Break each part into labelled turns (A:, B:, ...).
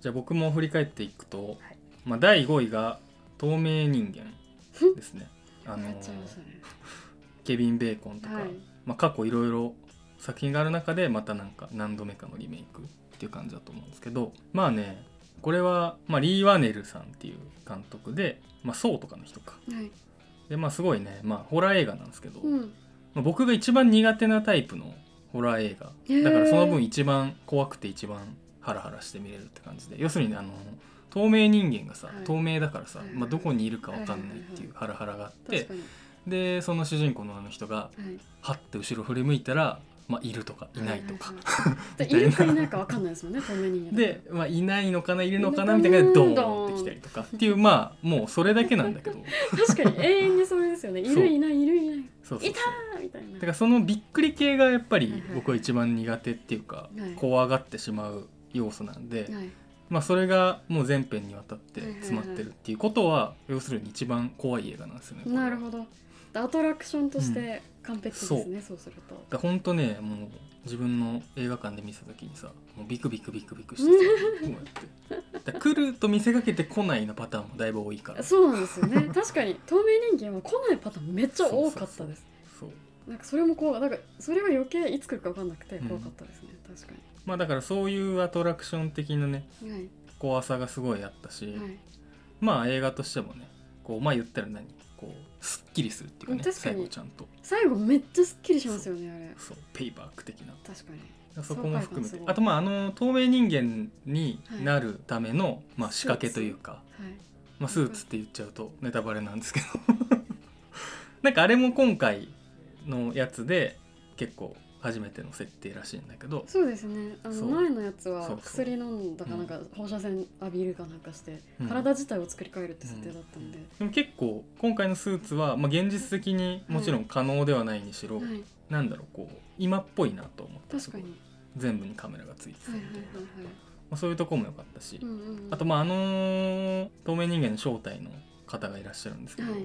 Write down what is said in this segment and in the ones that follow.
A: じゃあ僕も振り返っていくと、
B: い
A: まあ、第5位が「透明人間」です ねあの
B: やっちゃいますね
A: ケビン・ベーコンとか、
B: はい
A: まあ、過去いろいろ作品がある中でまたなんか何度目かのリメイクっていう感じだと思うんですけどまあねこれは、まあ、リー・ワネルさんっていう監督で「まあ、ソーとかの人か
B: はい
A: でまあすごいね、まあ、ホラー映画なんですけど、
B: うん
A: まあ僕が一番苦手なタイプのホラー映画
B: へー
A: だからその分一番怖くて一番ハラハラして見れるって感じで要するにあの透明人間がさ、
B: はい
A: 透明だからさ、
B: はいはい
A: まあ、どこにいるか分かんないっていうハラハラがあって、
B: 確かに
A: でその主人公のあの人が
B: はい
A: はって後ろ振り向いたら、まあ、いるとかいないとか、
B: ははいはいでいるかいないかわかんないですもんね透明人間だ
A: で、まあ、いないのかないるのかなみたいなドーンってきたりとかっていうまあもうそれだけなんだ けど
B: と確かに永遠にそれですよねい
A: そう
B: るいないいるいない
A: そうそうそう
B: いたーみたいな
A: だからそのびっくり系がやっぱ
B: はい
A: り
B: はい
A: 僕は一番苦手っていうか
B: はい
A: 怖がってしまう要素なんで、
B: はい
A: まあ、それがもう全編にわたって
B: はいはいはい
A: 詰まってるっていうことは要するに一番怖い映画なんですよね。これは
B: なるほどアトラクションとして完璧ですね、そうすると
A: だからほんとねもう自分の映画館で見せた時にさもうビクビクビクビクしてさこうやってだから来ると見せかけて来ないのパターンもだいぶ多いから
B: そうなんですよ ね確かに透明人間は来ないパターンめっちゃ多かった
A: そうそう
B: で
A: そう
B: す
A: そう
B: なんかそれもこうなんかそれは余計いつ来るか分かんなくて怖かったですね、確か
A: まあだからそういうアトラクション的なね
B: にはい
A: 怖さがすごいあったし、
B: はい
A: まあ映画としてもねこうまあ言ったら何こうすっきりするっていうかね
B: 確かに
A: 最後ちゃんと
B: 最後めっちゃすっきりしますよねあれ
A: そうペイバック的な
B: 確かに
A: そこも含め
B: 爽快感す
A: て
B: ごい
A: あとまああの透明人間になるための、まあ、仕掛けというか
B: はい
A: まあ、スーツって言っちゃうとネタバレなんですけど なんかあれも今回のやつで結構初めての設定らしいんだけど、
B: そうですねあ
A: そ
B: の
A: う
B: 前のやつ
A: そうそ
B: は
A: う
B: 薬飲んだかなんか放射線浴びるかなんかして
A: うん
B: 体自体を作り変えるって設定だったんで、
A: でも結構今回のスーツは、まあ、現実的にもちろん可能ではないにしろ、
B: はい
A: なんだろうこう今っぽいなと思った
B: 確かに
A: 全部にカメラがついてた
B: はい
A: み
B: はい
A: たいな、
B: はい
A: ま
B: はい
A: あ、そういうとこも良かったし、
B: うんうんうん
A: あとまああのー透明人間の正体の方がいらっしゃるんですけど、
B: はい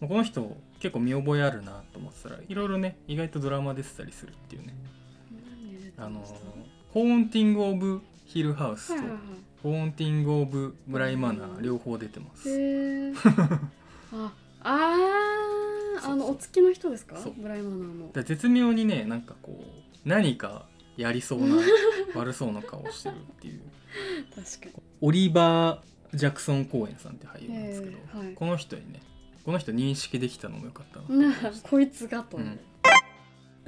A: まあこの人結構見覚えあるなと思ってたらいろいろね意外とドラマ出てたりするっていうね
B: 何で出て
A: あの
B: ました
A: ホーンティング・オブ・ヒルハウス
B: はい
A: と
B: はいはい
A: ホーンティング・オブ・ブライ・マナー両方出てます
B: へー ああーあ
A: そうそ
B: の
A: う
B: お付きの人ですか
A: そう
B: ブライマナーの
A: で絶妙にねなんかこう何かやりそう な悪そうな顔してるっていう
B: 確かに
A: オリバー・ジャクソン公演さんって俳優なんですけど、
B: へーはい
A: この人にねこの人認識できたのも良かったなと思い
B: な
A: ました
B: こいつがと、
A: うん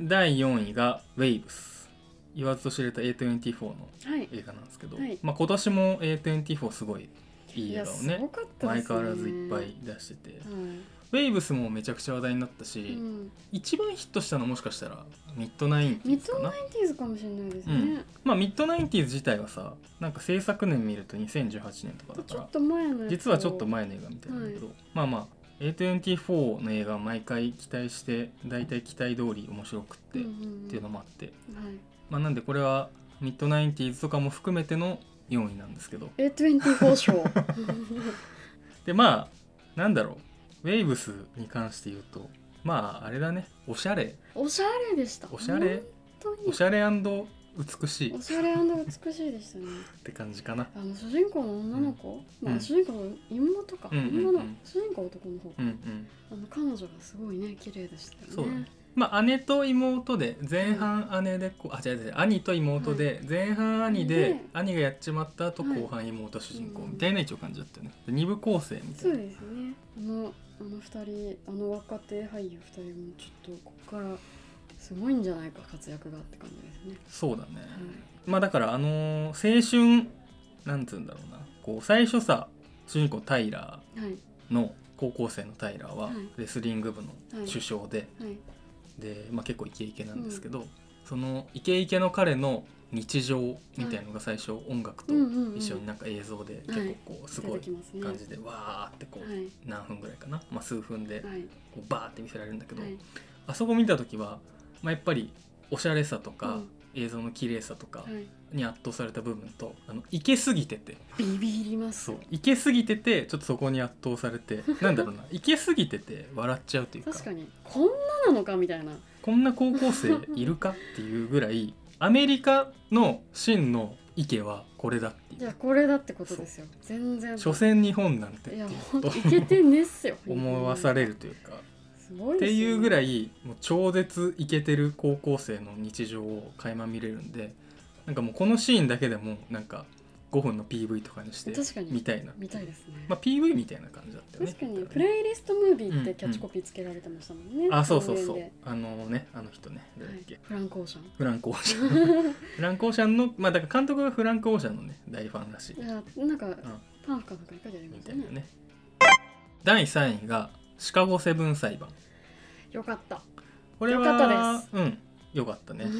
A: 第4位が「Waves」言わずと知れた A24 の
B: はい
A: 映画なんですけど、
B: はい
A: まあ、今年も A24 すごいいい映
B: や
A: 画を
B: すご
A: ね
B: かった
A: 相
B: ですね
A: 変わらずいっぱい出してて
B: はい、
A: 「Waves」もめちゃくちゃ話題になったし、
B: うん、
A: 一番ヒットしたのもしかしたらミッドナインティー
B: ミ
A: ズ
B: ッ
A: か
B: ドナ
A: な
B: インティーズかもしれないですね、
A: うんまあミッドナインティーズ自体はさなんか制作年見ると2018年とかだ
B: ち
A: か
B: ょ
A: ら
B: っと前のやつを
A: 実はちょっと前の映画みたいなんだけど、まあまあ A24 の映画は毎回期待して大体期待通り面白くって、
B: うん
A: っ
B: うんうん
A: ていうのもあって
B: はい
A: まあ、なんでこれはミッドナインティーズとかも含めての4位なんですけど
B: A24 賞
A: でまあなんだろうウェイブスに関して言うとまああれだねおしゃれ
B: おしゃれでした
A: おしゃれ
B: 本当に
A: おしゃれ美しいっ
B: おしゃれ美しいでしたね
A: て感じかな
B: あの主人公の女の子、
A: うん
B: ま
A: う
B: あ
A: ん
B: 主人公の妹か、
A: うんうんうん
B: 女の主人公男の方、
A: うんうん
B: あの彼女がすごいね綺麗でしたよね
A: そうだねまあ姉と妹で前半姉でこうあ違う違う兄と妹で前半兄で
B: ね
A: 兄がやっちまった後
B: はい
A: 後半妹主人公みたいな一応感じだったよねで二部構成みた
B: そ
A: いうな
B: ですねあのあの二人あの若手俳優二人もちょっとここからすごいんじゃないか活躍がって感じですね
A: そうだね
B: い
A: まあだからあのー青春なんつうんだろうなこう最初さ主人公タイラ
B: はい
A: ーの高校生のタイラーは
B: はい
A: レスリング部の
B: はい
A: 主将で、
B: はい
A: で、まあ、結構イケイケなんですけど、そのイケイケの彼の日常みたいのが最初音楽と
B: うんうんうん
A: 一緒になんか映像で結構こうすご
B: 出
A: い
B: てきますね
A: 感じでわーってこ
B: はいう
A: 何分ぐらいかな、まあ、数分で
B: はい
A: こうバーって見せられるんだけど、
B: はい
A: あそこ見た時は、まあ、やっぱりおしゃれさとか、
B: うん
A: 映像の綺麗さとか、
B: はい
A: に圧倒された部分とあのイケすぎてて
B: ビビります
A: そう
B: よ
A: イケすぎててちょっとそこに圧倒され てなんだろうなイケすぎてて笑っちゃうというか
B: 確かにこんななのかみたいな
A: こんな高校生いるかっていうぐらいアメリカの真の池はこれだって
B: じ
A: い
B: ゃあ
A: う
B: これだってことですよ全然
A: 所詮日本なんてって
B: い
A: いう
B: や
A: こ
B: ほん
A: と
B: と
A: を
B: いけてねっすよ
A: 思わされるというか
B: すごい
A: っ
B: で
A: て
B: すよね
A: いうぐらいもう超絶イケてる高校生の日常を垣間見れるんでなんかもうこのシーンだけでもなんか5分の PV とかにして
B: 確かに
A: みたいな
B: 見たいですね、
A: まあ、PV みたいな感じだったよね
B: 確かに
A: 言った
B: プ
A: らね
B: レイリストムービーってキャッチコピーつけられてましたもんね、
A: あそうそうそう
B: 公園
A: あのねあの人ね
B: で
A: 誰だっけ、
B: はい、フランコーシャン
A: フランク・オーシャン フランク・オーシャンのまあだから監督がフランク・オーシャンのね大ファンらしい
B: いやなんか、パンフかなんかいかでやりま
A: み
B: したた
A: い
B: ね
A: なね第3位が「シカゴセブン裁判
B: よか った、」
A: これは
B: よかった
A: うんよかったねネ
B: ネ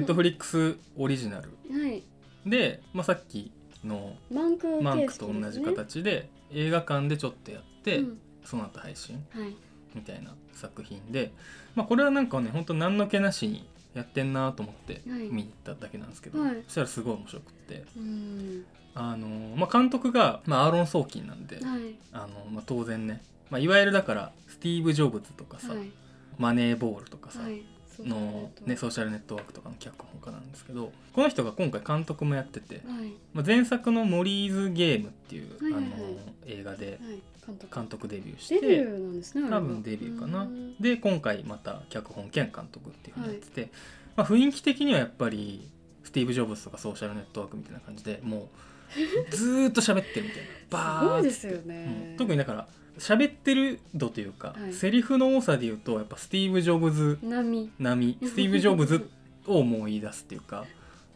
A: ットフリックスオリジナル
B: はい
A: で、まあ、さっきの
B: マンク形式です、ね、
A: マンクと同じ形で映画館でちょっとやって、
B: うん
A: その後配信
B: はい
A: みたいな作品で、まあ、これはなんかねほんと何の気なしにやってんなと思って
B: はい
A: 見に行っただけなんですけど、
B: はい
A: そしたらすごい面白くって
B: うん
A: あのー、まあ、監督が、まあ、アーロン・ソーキンなんで、
B: はい
A: あのーまあ、当然ね、まあ、いわゆるだからスティーブ・ジョブズとかさ、
B: はい
A: マネーボールとかさ、
B: はいそうだ
A: の
B: と
A: ね、ソーシャルネットワークとかの脚本家なんですけどこの人が今回監督もやってて、
B: はい
A: まあ、前作の「モリーズ・ゲーム」っていう、
B: はいはいはい
A: あの映画で
B: はい監督
A: 監督デビューし
B: デビュ
A: て
B: ーなんですねあれ
A: 多
B: は
A: 分デビューかな
B: うん
A: で今回また脚本兼監督っていうふうにやってて、まあ、雰囲気的にはやっぱりスティーブ・ジョブズとかソーシャルネットワークみたいな感じでも うずーっと喋ってるみたいな
B: すご
A: バ
B: い
A: ー
B: で
A: ッ
B: すよ
A: う
B: ね
A: ん、特にだから喋ってる度というか、
B: はい
A: セリフの多さで言うとやっぱスティーブ・ジョブズ
B: 波
A: 並 みスティーブ・ジョブズをもう言い出すっていうか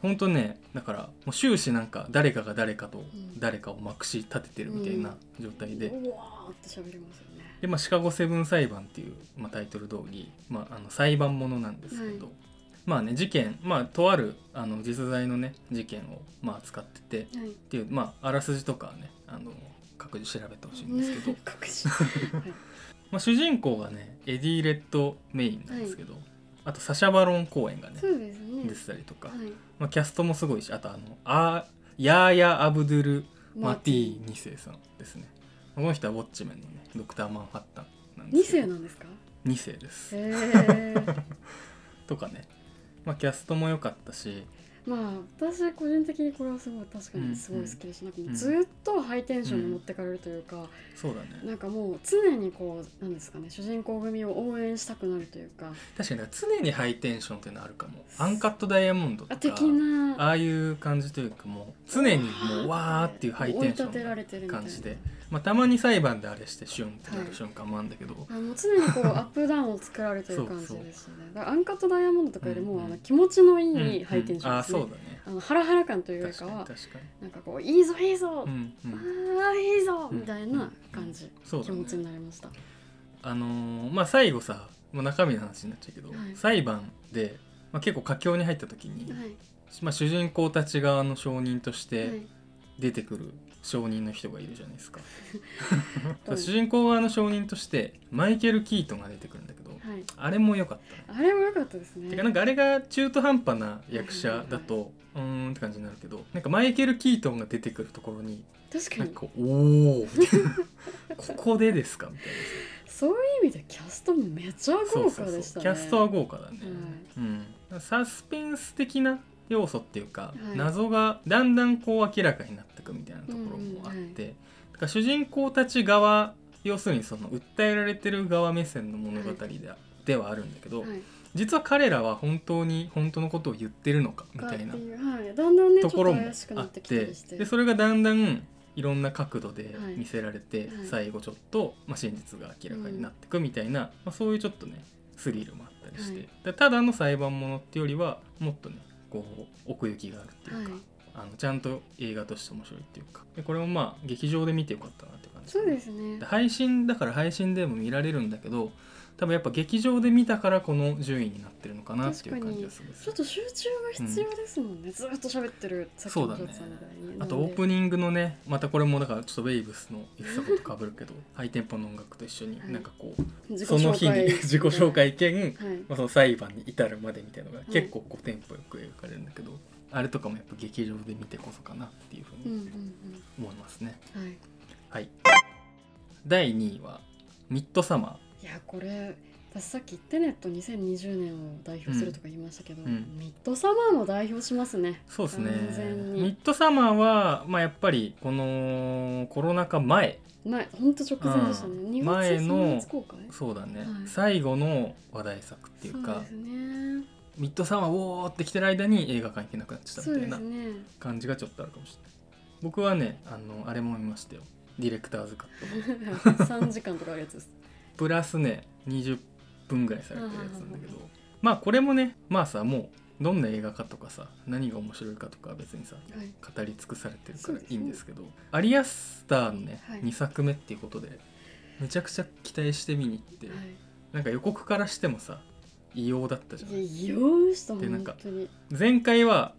A: 本当ねだからもう終始なんか誰かが誰かと
B: ん
A: 誰かをまくし立ててるみたいな状態で、
B: うわーって喋りますよね
A: でまあ、シカゴセブン裁判っていう、まあ、タイトル通り、まあ、あの裁判ものなんですけど、まあね事件、まあ、とあるあの実在のね事件を、まあ、扱っててっ
B: はい
A: ていう、まあ、あらすじとかはねあの各自調べてほしいんですけど、
B: 隠しはい
A: まあ、主人公がねエディ・レッド・メインなんですけど、あとサシャ・バロン公演がね
B: そうです ね
A: 出てたりとか、
B: はい
A: まあ、キャストもすごいしあとあのあヤーヤ・アブドゥル・マティ
B: ま
A: 2世さんですねこの人はウォッチメンのねドクター・マンハッタンなん
B: あ
A: で
B: 二
A: すけ
B: 世
A: ど
B: なんですか
A: 2世です
B: へ ー
A: とかね、まあ、キャストも良かったし
B: まあ私個人的にこれはすごい確かにすごい好きでしたなんかもうずーっとハイテンションに持ってかれるというか、
A: そうだね
B: なんかもう常にこうなんですかね主人公組を応援したくなるというか
A: 確かに常にハイテンションっていうのはあるかもアンカットダイヤモンド
B: あ
A: と
B: 的
A: か
B: な
A: ああいう感じというかもう常にもうわーっていうハイテンシ
B: 追い立てら
A: ョン
B: れてるみたいな
A: 感じで、まあ、たまに裁判であれしてシュンってな
B: は
A: る
B: い
A: 瞬間もあるんだけど、
B: あもう常にこうアップダウンを作られてる感じ
A: そうそう
B: ですよねだからアンカットダイヤモンドとかよりも、
A: うんうん
B: あの気持ちの
A: うん
B: いいハイテンション
A: あ
B: で
A: あ
B: すね、
A: そうだね
B: あのハラハラ感というより
A: 確
B: か
A: かに
B: は
A: 確かに
B: なんかこういいぞいいぞ、
A: うんうん
B: ああいいぞみたい
A: うんう
B: なん感じ、
A: そう
B: 気
A: だ
B: 持ちに
A: ね
B: なりました、
A: あのーまあ最後さもう中身の話になっちゃうけど、
B: はい
A: 裁判で、まあ、結構佳境に入った時に、
B: はい
A: まあ、主人公たち側の証人とし
B: は
A: て
B: い
A: 出てくる証人の人がいるじゃないですか
B: うん
A: 主人公側の証人としてマイケル・キートンが出てくるんだけど
B: はい、
A: あれも良かった
B: あれも良かったですね
A: てかなんかあれが中途半端な役者だとうーんって感じになるけどなんかマイケル・キートンが出てくるところに
B: 確か
A: なん
B: に
A: か「おお」みたいな「ここでですか?」みたいなさ
B: そういう意味でキャストめち
A: そ
B: ゃ
A: う
B: 豪
A: そう
B: 華
A: そう
B: でしたね
A: キャストは豪華だね、
B: う
A: うん、サスペンス的な要素っていうか、
B: はい
A: 謎がだんだんこう明らかになってくみたいなところもあって、
B: うんうんはい
A: だから主人公たち側要するにその訴えられてる側目線の物語で,、ではあるんだけど、
B: はい
A: 実は彼らは本当に本当のことを言ってるのかみたい
B: か
A: な
B: っていうはい、だんだんねち
A: と
B: ょっと
A: ころも
B: 怪しく
A: あ
B: なっ
A: って
B: きた
A: て
B: りして
A: でそれがだんだんいろんな角度で
B: はい
A: 見せられて、
B: はい
A: 最後ちょっと、まあ、真実が明らかになってくみたいな、まあ、そういうちょっとねスリルもあったりして、
B: はい
A: でただの裁判ものっていうよりはもっとねこう奥行きがあるっていうか、
B: はい
A: あのちゃんと映画として面白いっていうかでこれもまあ劇場で見てよかったなって感じ
B: そうですね
A: で配信だから配信でも見られるんだけど多分やっぱ劇場で見たからこの順位になってるのかなっていう感じがするんです
B: ちょ
A: よ
B: っと集中が必要ですもんね、ずーっと喋ってるさっきのジョーさんみたいに
A: あとオープ
B: ン
A: ニングのねまたこれもだからちょっとウェイブスの言ってたことかぶるけどハイテンポの音楽と一緒に
B: はい
A: なんかこう、
B: グ
A: その日に 自己紹介兼、
B: はい
A: まあ、その裁判に至るまでみたいなのが結構こうテンポよく描かれるんだけど、あれとかもやっぱ劇場で見てこそかなっていうふ
B: う
A: うん
B: う
A: に
B: ん
A: 思いますね、
B: うんはい
A: はい第2位は「ミッドサマ
B: いやこれ私さっきテネット2020年を代表するとか言いましたけど、
A: うん
B: ミッドサマーも代表しますね
A: そうですね
B: 完全に
A: ミッドサマーは、まあ、やっぱりこのコロナ禍前
B: 前ほんと直前でしたね、
A: う
B: 2月
A: 前の
B: 3月公開
A: そうだね、
B: はい
A: 最後の話題作っていう
B: そう
A: か
B: ですね
A: ミッドサマーウォーって来てる間に映画館行けなくなっちゃった
B: そ
A: み
B: う
A: たいな
B: ですね
A: 感じがちょっとあるかもしれない僕はねあのあれも見ましたよディレクターズカット
B: 3時間とかあるやつです
A: プラスね20分ぐらいされてるやつなんだけ
B: は
A: どまあこれもねまあさもうどんな映画かとかさ何が面白いかとかは別にさ
B: はい
A: 語り尽くされてるか
B: そう
A: らい
B: ですね
A: いんですけどアリアスターのね、
B: はい
A: 2作目っていうことでめちゃくちゃ期待して見に行って、
B: はい
A: なんか予告からしてもさ異様だったじゃん
B: いやよーした
A: でなん
B: 本
A: か
B: 当に
A: 前回は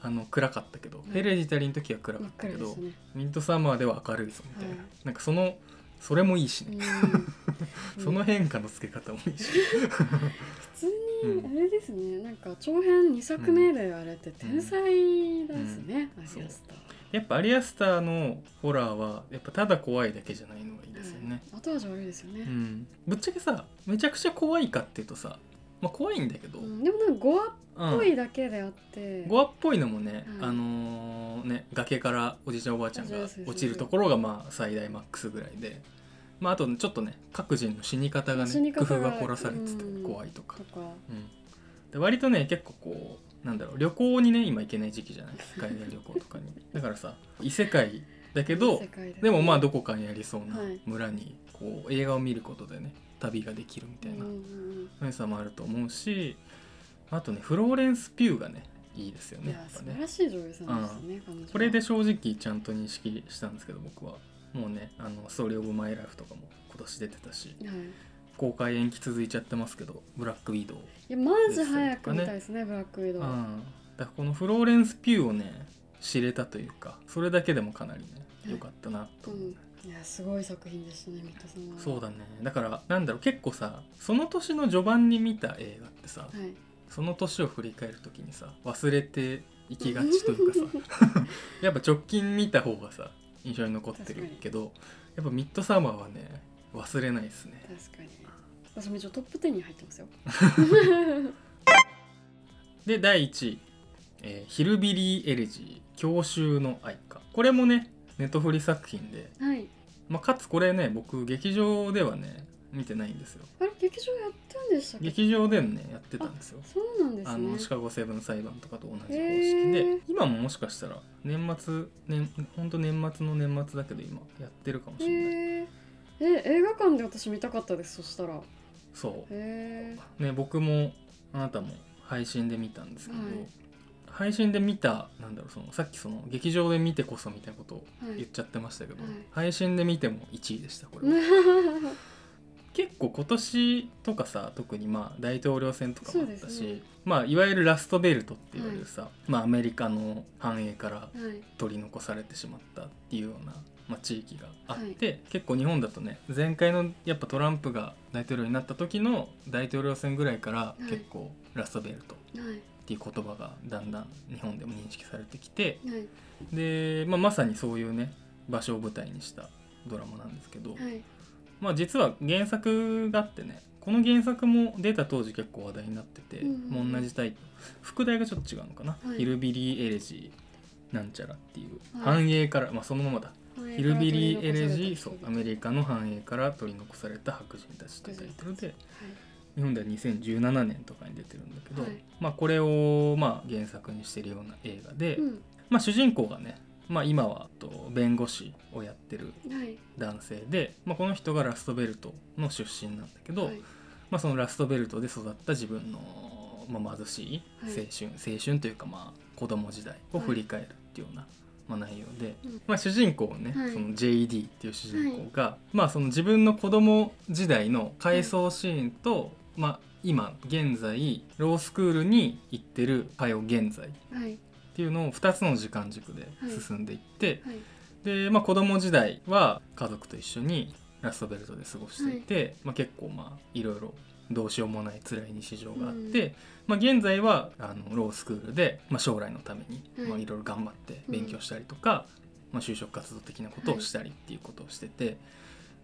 A: あの暗かったけど、
B: い
A: ヘレジタリーの時は暗か
B: 真
A: っ
B: った
A: け
B: 暗で
A: ど、
B: したね
A: ミッドサマーでは明るいぞみたいな、
B: はい
A: なんかそのそれもいいしね、
B: うん
A: その変化のつけ方もいいし、
B: 普通
A: う
B: に
A: ん
B: あれですね、なんか長編2作目であれって天才ですね、
A: ん
B: アリアスター
A: やっぱアリアスターのホラーはやっぱただ怖いだけじゃないのがいいですよね、
B: はい後味悪いですよね、
A: うん、ぶっちゃけさめちゃくちゃ怖いかっていうとさまあ怖いんだけど、
B: う
A: うん
B: んでもなんかゴアっぽいだけであって、
A: ゴアっぽいのもね、
B: うん
A: あのーね崖からおじいちゃんおばあちゃんが落ちるところがまあ最大マックスぐらいで、まあ、あとちょっとね各人の死に方がね
B: 死に
A: 工
B: 方
A: 夫
B: が
A: が凝らされてて
B: うん
A: 怖いとか
B: と、か
A: うん、で割とね結構こうなんだろう旅行にね今行けない時期じゃない海外旅行と かにだからさ異世界だけど
B: 世界すね
A: でもまあどこかにありそうな
B: はい
A: 村にこう映画を見ることでね旅ができるみたいな
B: うんうん
A: 良さもあると思うしあとねフローレンス・ピューがねいいですよ
B: うんい
A: ね
B: や
A: やっ
B: 素
A: ぱ
B: 晴
A: ね
B: らしい女優さんでしたね、彼女は
A: これで正直ちゃんと認識したんですけど僕はもうね「あのストーリー・オブ・マイ・ライフ」とかも今年出てたし
B: はい、い
A: 公開延期続いちゃってますけど「ブラック・ウィドウ」
B: やマジ早く見たいですねブラックウィドウ、
A: うん、だからこのフローレンス・ピューをね知れたというかそれだけでもかなりね
B: はい
A: 良かったなと思う、
B: うん、いやすごい作品でしたねミッドサマー
A: そう
B: だ
A: だねだからなんだろう結構さその年の序盤に見た映画ってさ、
B: はい
A: その年を振り返る時にさ忘れていきがちというかさやっぱ直近見た方がさ印象に残ってるけどやっぱミッドサマーはね忘れないですね
B: 確かに私も一応トップ10に入って ますよ
A: で第1位、えーヒルビリー・エレジー郷愁の愛歌」これもねネトフリ作品で
B: はい
A: まあ、かつこれね僕劇場ではね見てないんですよ
B: あれ劇場やったんでしたっけ
A: 劇場でもねやってたんですよ
B: そうなんですね
A: あのシカゴセブン裁判とかと同じ方式で、
B: へー
A: 今ももしかしたら年末年ほんと年末の年末だけど今やってるかもしれない、
B: へええ映画館で私見たかったですそしたらへ
A: そ
B: え
A: うね僕もあなたも配信で見たんですけど、
B: はい
A: 配信で見たなんだろうそのさっきその劇場で見てこそみたいなことを
B: は
A: 言っ
B: い
A: ちゃってましたけど、
B: はい
A: 配信で見ても1位でしたこれは結構今年とかさ特にまあ大統領選とかもあった
B: そうで
A: し、
B: すね
A: まあいわゆるラストベルトって言われるさ、まあアメリカの繁栄から
B: はい
A: 取り残されてしまったっていうような、まあ、地域があって、結構日本だとね前回のやっぱトランプが大統領になった時の大統領選ぐらいから
B: い
A: 結構ラストベルト
B: はい
A: っていう言葉がだんだん日本でも認識されてきて
B: はい
A: で、まあ、まさにそういうね場所を舞台にしたドラマなんですけど。
B: はい
A: まあ実は原作があってねこの原作も出た当時結構話題になってて、
B: うんうんうん
A: もう同じタイトル副題がちょっと違うのかな「
B: はい
A: ヒルビリー・エレジー」なんちゃらっていう、
B: はい
A: 繁栄から、まあ、そのままだ「ヒルビリー・エレジー」そうアメ
B: リ
A: リカの繁栄から取り残された白人たちというタイトルで
B: カ
A: 日本では2017年とかに出てるんだけど、
B: はい
A: まあこれをまあ原作にしてるような映画で、
B: うん
A: まあ主人公がね、まあ、今はと弁護士をやってる
B: はい
A: 男性で、まあ、この人がラストベルトの出身なんだけど、
B: はい
A: まあ、そのラストベルトで育った自分の、まあ、貧しい青
B: はい
A: 春、青春というかまあ子供時代を振り返るっていうような、まあ、内容で、
B: うん
A: まあ、主人公ね、
B: はい
A: その JD っていう主人公が、まあ、その自分の子供時代の回想シーンと、まあ、今現在ロースクールに行ってる通う現在っ
B: はい
A: ていうのを2つの時間軸で進んでいって、
B: はい
A: で、まあ、子供時代は家族と一緒にラストベルトで過ごしていて、まあ、結構まあいろいろどうしようもない辛い日常があって、まあ、現在はあのロースクールで、まあ、将来のために、
B: はい
A: まあ、いろいろ頑張って勉強したりとか、まあ、就職活動的なことをしたりっていうことをしてて、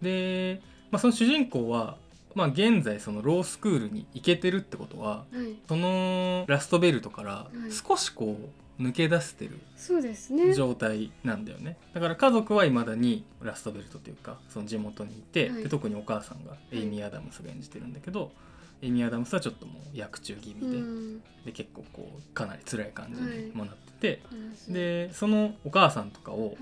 A: で、まあ、その主人公は、まあ、現在そのロースクールに行けてるってことは
B: はい
A: そのラストベルトから
B: い
A: 少しこう抜け出してる
B: そうですね
A: 状態なんだよねだから家族はいまだにラストベルトというかその地元にいて、
B: はい
A: で特にお母さんがエイミー・アダムスが演じてるんだけど、エイミー・アダムスはちょっともう役中気味
B: う
A: で,、
B: ん
A: で結構こうかなり辛い感じ
B: はい
A: にもなってて、
B: 悲しい
A: でそのお母さんとかを
B: はい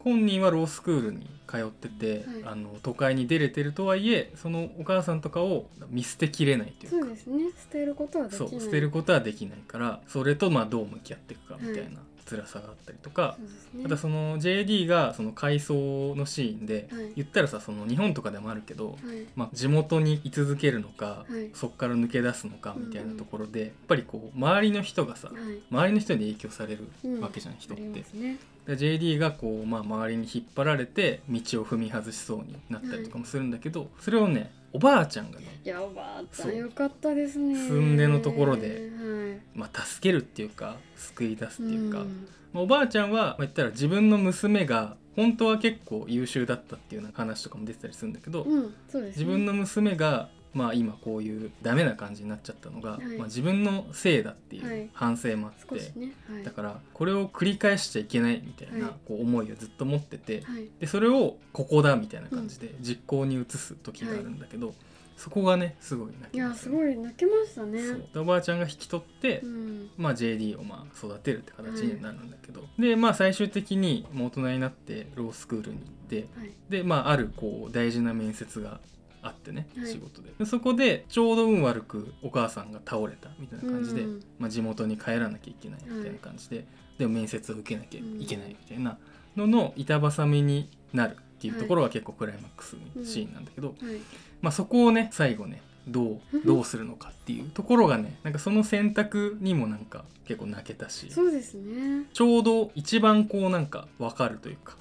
A: 本人はロースクールに通ってて、
B: は
A: あ
B: い
A: の都会に出れてるとはいえそのお母さんとかを見捨てきれないという
B: そ
A: か
B: うですね捨てることはでき
A: そ
B: な
A: う
B: い
A: 捨てることはできないからそれとまあどう向き合っていくかみたいな辛さがあったりとか
B: そ、うですね
A: またその JD がその回想のシーンで、
B: はい
A: 言ったらさその日本とかでもあるけど、
B: はい
A: まあ、地元に居続けるのか、
B: はい
A: そこから抜け出すのかみたいなところで、やっぱりこう周りの人がさ
B: はい
A: 周りの人に影響されるわけじゃん、人
B: あ
A: って。
B: りますね
A: で JD がこう、まあ、周りに引っ張られて道を踏み外しそうになったりとかもするんだけど、それをねおばあちゃんがね、
B: いやおばあちゃ
A: そうん
B: よかったですね
A: すんでのところで
B: はい
A: まあ、助けるっていうか救い出すっていうか、
B: ん
A: まあおばあちゃんは、まあ、言ったら自分の娘が本当は結構優秀だったっていうような話とかも出てたりするんだけど、
B: うんそうですね
A: 自分の娘が、まあ、今こういうダメな感じになっちゃったのが、
B: はい
A: まあ、自分のせいだってい
B: は
A: う
B: い
A: 反省もあって、
B: 少しねはい
A: だからこれを繰り返しちゃいけないみたいな、
B: はい
A: こう思いをずっと持ってて、
B: はい
A: でそれをここだみたいな感じで実行に移す時があるんだけど、そこがねすごい泣
B: い
A: き
B: や
A: ます
B: す
A: よね
B: ごい泣けましたね
A: そうでおばあちゃんが引き取って、
B: うん
A: まあ、JD をまあ育てるって形にはなるんだけど、でまあ最終的にもう大人になってロースクールに行って
B: はい
A: でまああるこう大事な面接があってね、
B: はい
A: 仕事ででそこでちょうど運悪くお母さんが倒れたみたいな感じで、
B: うん
A: まあ、地元に帰らなきゃいけないみたいな感じで、でも面接を受けなきゃいけないみたいなのの板挟みになるっていうところが結構クライマックスのシーンなんだけど、
B: はい
A: まあ、そこをね最後ねどうどうするのかっていうところがねなんかその選択にもなんか結構泣けたし
B: そうです ね
A: ちょうど一番こうなんか分かるというか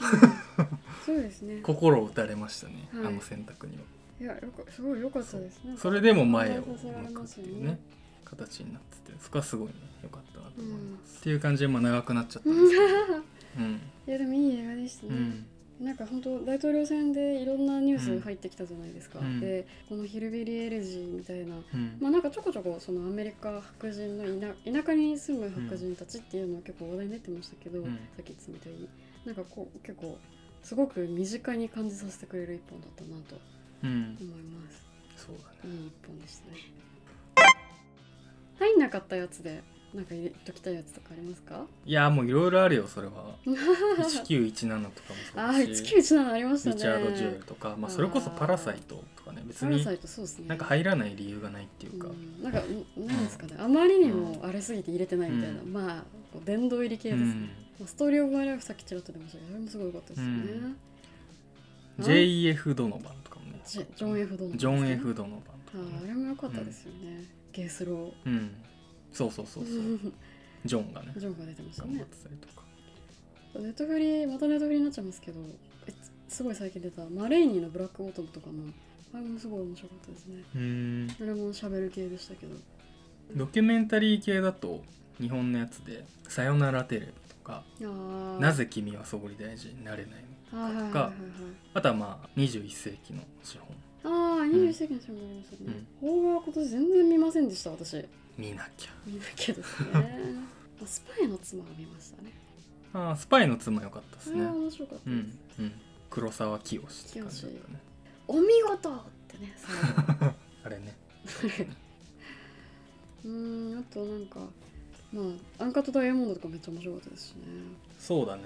B: そうですね
A: 心を打たれましたね、
B: はい
A: あの選択には。
B: いやよかすごい良かったですね
A: それでも前を
B: 考えさせられ
A: 向く
B: ま
A: っ
B: す
A: て
B: よ
A: いうね形になっててそこはすごいね良かったなと思います、
B: う
A: っていう感じでまあ長くなっちゃったんですけど、
B: ね
A: うん
B: いやでもいい映画でした
A: う
B: ね
A: ん
B: なんか本当大統領選でいろんなニュース入ってきたじゃないですか
A: うん
B: でこのヒルビリーエレジーみたいな
A: うん
B: まあなんかちょこちょこそのアメリカ白人の田田舎に住む白人たちっていうのは結構話題になってましたけど、
A: うん
B: さっき言ってたみたいになんかこう結構すごく身近に感じさせてくれる一本だったなと
A: うん、
B: 思います
A: そうだね
B: いい一本でしたね入んなかったやつでなんか入れときたいやつとかありますか
A: いやもういろいろあるよそれ は1917とかもそう
B: あ
A: だ
B: あ
A: し
B: 1917ありましたね
A: リチャード・ジュエルとか、まあ、それこそ「パラサイト」とかね別
B: パラ
A: に
B: サイトそうですね
A: なんか入らない理由がないっていうか、
B: うん、なんかんなんですかね、あまりにもあれすぎて入れてないみたいな、
A: う
B: まあこう殿堂入り系ですね、まあストーリー・オブ・マイ・ライフさっきちらっと出ましたけどあれもすごい良かったですよね、
A: うん
B: うん
A: JF ・ドノバンとかもね
B: ジジョン・ F ・ドノ
A: ジョン・
B: は
A: F ・ドノバンとかね、
B: いあれも良かったですよね、ゲースロー
A: うん、そうそうそうそう ジョンがね
B: ジョンが出てました
A: 頑張
B: ね
A: ってたりとか
B: ネットフリまたネットフリになっちゃいますけどえすごい最近出たマレーニーのブラックオートムとかもあれもすごい面白かったですね
A: うん
B: あれも喋る系でしたけど
A: ドキュメンタリー系だと日本のやつで「さよならテレビ」とか
B: あ
A: 「
B: ー
A: なぜ君は総理大臣になれないの?
B: あーはいはい」
A: と
B: はいはい
A: かあとはまあ21世紀の資本
B: ああ21世紀の人もありましたね邦画は今年全然見ませんでした私
A: 見なきゃ
B: 見なき ゃですねあスパイの妻を見ましたね
A: あースパイの妻良かったで
B: あ
A: す
B: れ
A: ね
B: は面白かった
A: う
B: です、
A: んうん黒沢清って感じだったね
B: お見事ってね最後
A: あれね
B: うーんあとなんかまあアンカットダイヤモンドとかめっちゃ面白かったですしね
A: そうだね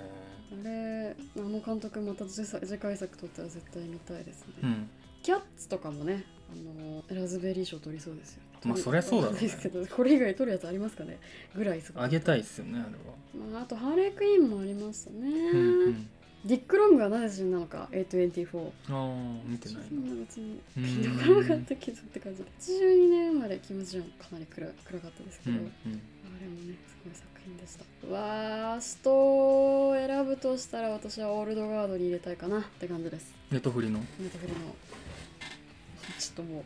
B: あれあの監督また次次回作撮ったら絶対見たいですね、
A: うん
B: キャッツとかもねあのラズベリー賞取りそうですよ
A: まあそりゃそうだろうね
B: 取りそうですけどこれ以外取るやつありますかねぐらいすご
A: あげたいっすよねあれは
B: まあ、あとハーレークイーンもありましたね、
A: うんうん
B: ディック・ロングはなぜ死んだのか A24
A: あー見てない
B: そん
A: な
B: な別に
A: う
B: ピ
A: ん
B: ンとこなかったけどって感じ82年生まれキム・ジヨンかなり暗暗かったですけ
A: う
B: ど、
A: んうん
B: あれもねすごい作品でしたワーストを選ぶとしたら私はオールドガードに入れたいかなって感じです
A: ネットフリの
B: ネタフリのちょっともう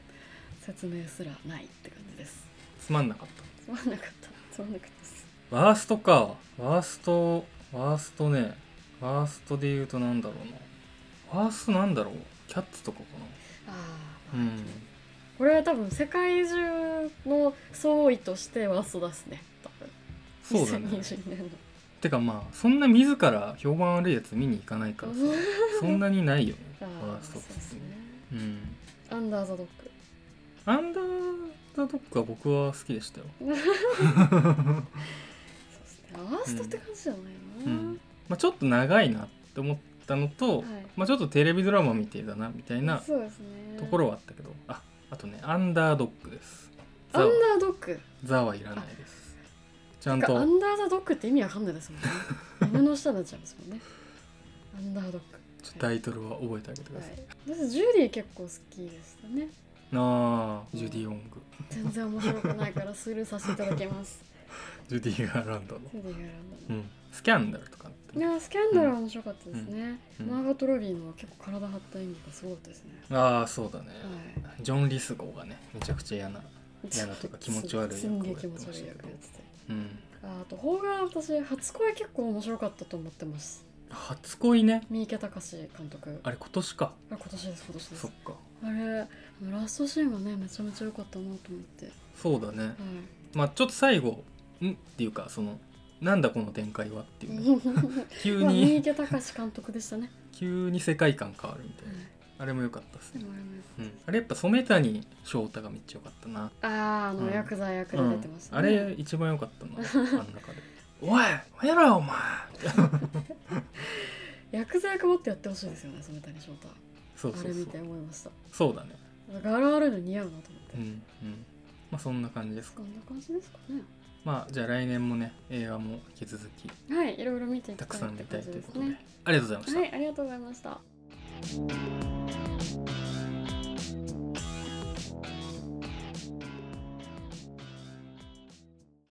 B: 説明すらないって感じです
A: つまんなかった
B: つまんなかったつまんなかったです
A: ワーストかワーストワーストねワーストで言うとなんだろうなワーストなんだろうキャッツとかか
B: ああ
A: なうん
B: これは多分世界中の総意としてワーストですね多分
A: そうだ ね
B: 2020年の
A: てかまあそんな自ら評判悪いやつ見に行かないからさそんなにない よね
B: あ
A: ワ
B: あ
A: ース
B: そ
A: ト
B: う
A: っ
B: です
A: て
B: ね
A: うん
B: アンダーザドッグ
A: アンダーザドックは僕は好きでしたよ
B: そうですねワーストって感じじゃないな、
A: うんまあちょっと長いなって思ったのと、
B: はい
A: まあちょっとテレビドラマみてえだなみたいな
B: そうですね
A: ところはあったけどああとねアンダードックです
B: ア
A: ザ
B: ンダ
A: は
B: ードッグ
A: ザはいらないですちゃん
B: てかア
A: と
B: ンダーザドッグって意味わかんないですもんね 犬の下になっちゃいますもんねアンダードッグ
A: ちょっとタイトルは覚えてあげてくだ
B: は
A: さい、
B: い、私ジュリー結構好きでしたね
A: あージュディ・オング
B: 全然面白くないからスルーさせていただき ます
A: ジュディ・ガーランドの、
B: ジュリーが選
A: うん
B: だ
A: ん、スキャンダルとかって
B: ないやスキャンダルは面白かったですね、
A: うん
B: マーガット・ロビーの結構体張った演技がすごかったですね、
A: ああそうだね、
B: はい
A: ジョン・リスゴーがねめちゃくちゃ嫌な嫌なとか気持ち悪い役をやってましたけど
B: すんげえ気持ち悪い役やってて
A: うん
B: ああと邦画は私初恋結構面白かったと思ってます
A: 初恋ね
B: 三池隆史監督あ
A: あれ今年か
B: れ今年です今年で
A: そ
B: す
A: っか
B: あれあのラストシーンがねめちゃめちゃ良かったなと思ってはい
A: そうだねまあちょっと最後「ん?」っていうかその「なんだこの展開は」っていう、ね、 急
B: まあ三
A: に
B: 池隆史監督でしたね、
A: 急に世界観変わるみたい
B: は
A: ないあれも良かったです
B: で
A: ね、
B: もあれもよ
A: うん、あれやっぱ染谷翔太がめっちゃ良かったな、
B: あーあの、
A: うん
B: ヤクザ役
A: う
B: で
A: ん
B: 出てました
A: あれ一番良かったなあん中で「おいおやろお前!」
B: ヤクザ役もってやってほしいですよね染谷翔太
A: そう
B: あ
A: そ
B: れ
A: うそ
B: 見
A: う
B: て思いました
A: そうだね
B: ガラあるの似合うなと思って、
A: うんうんまあそんな感じですか
B: こんな感じですかね
A: まあじゃあ来年もね映画も引き続き
B: はいいろいろ見ていき
A: たく
B: た
A: さ
B: いっ
A: ん
B: て
A: 見た
B: 感
A: い
B: じ
A: という
B: で
A: こ
B: す
A: とで
B: ね
A: ありがとうございました
B: はいありがとうございました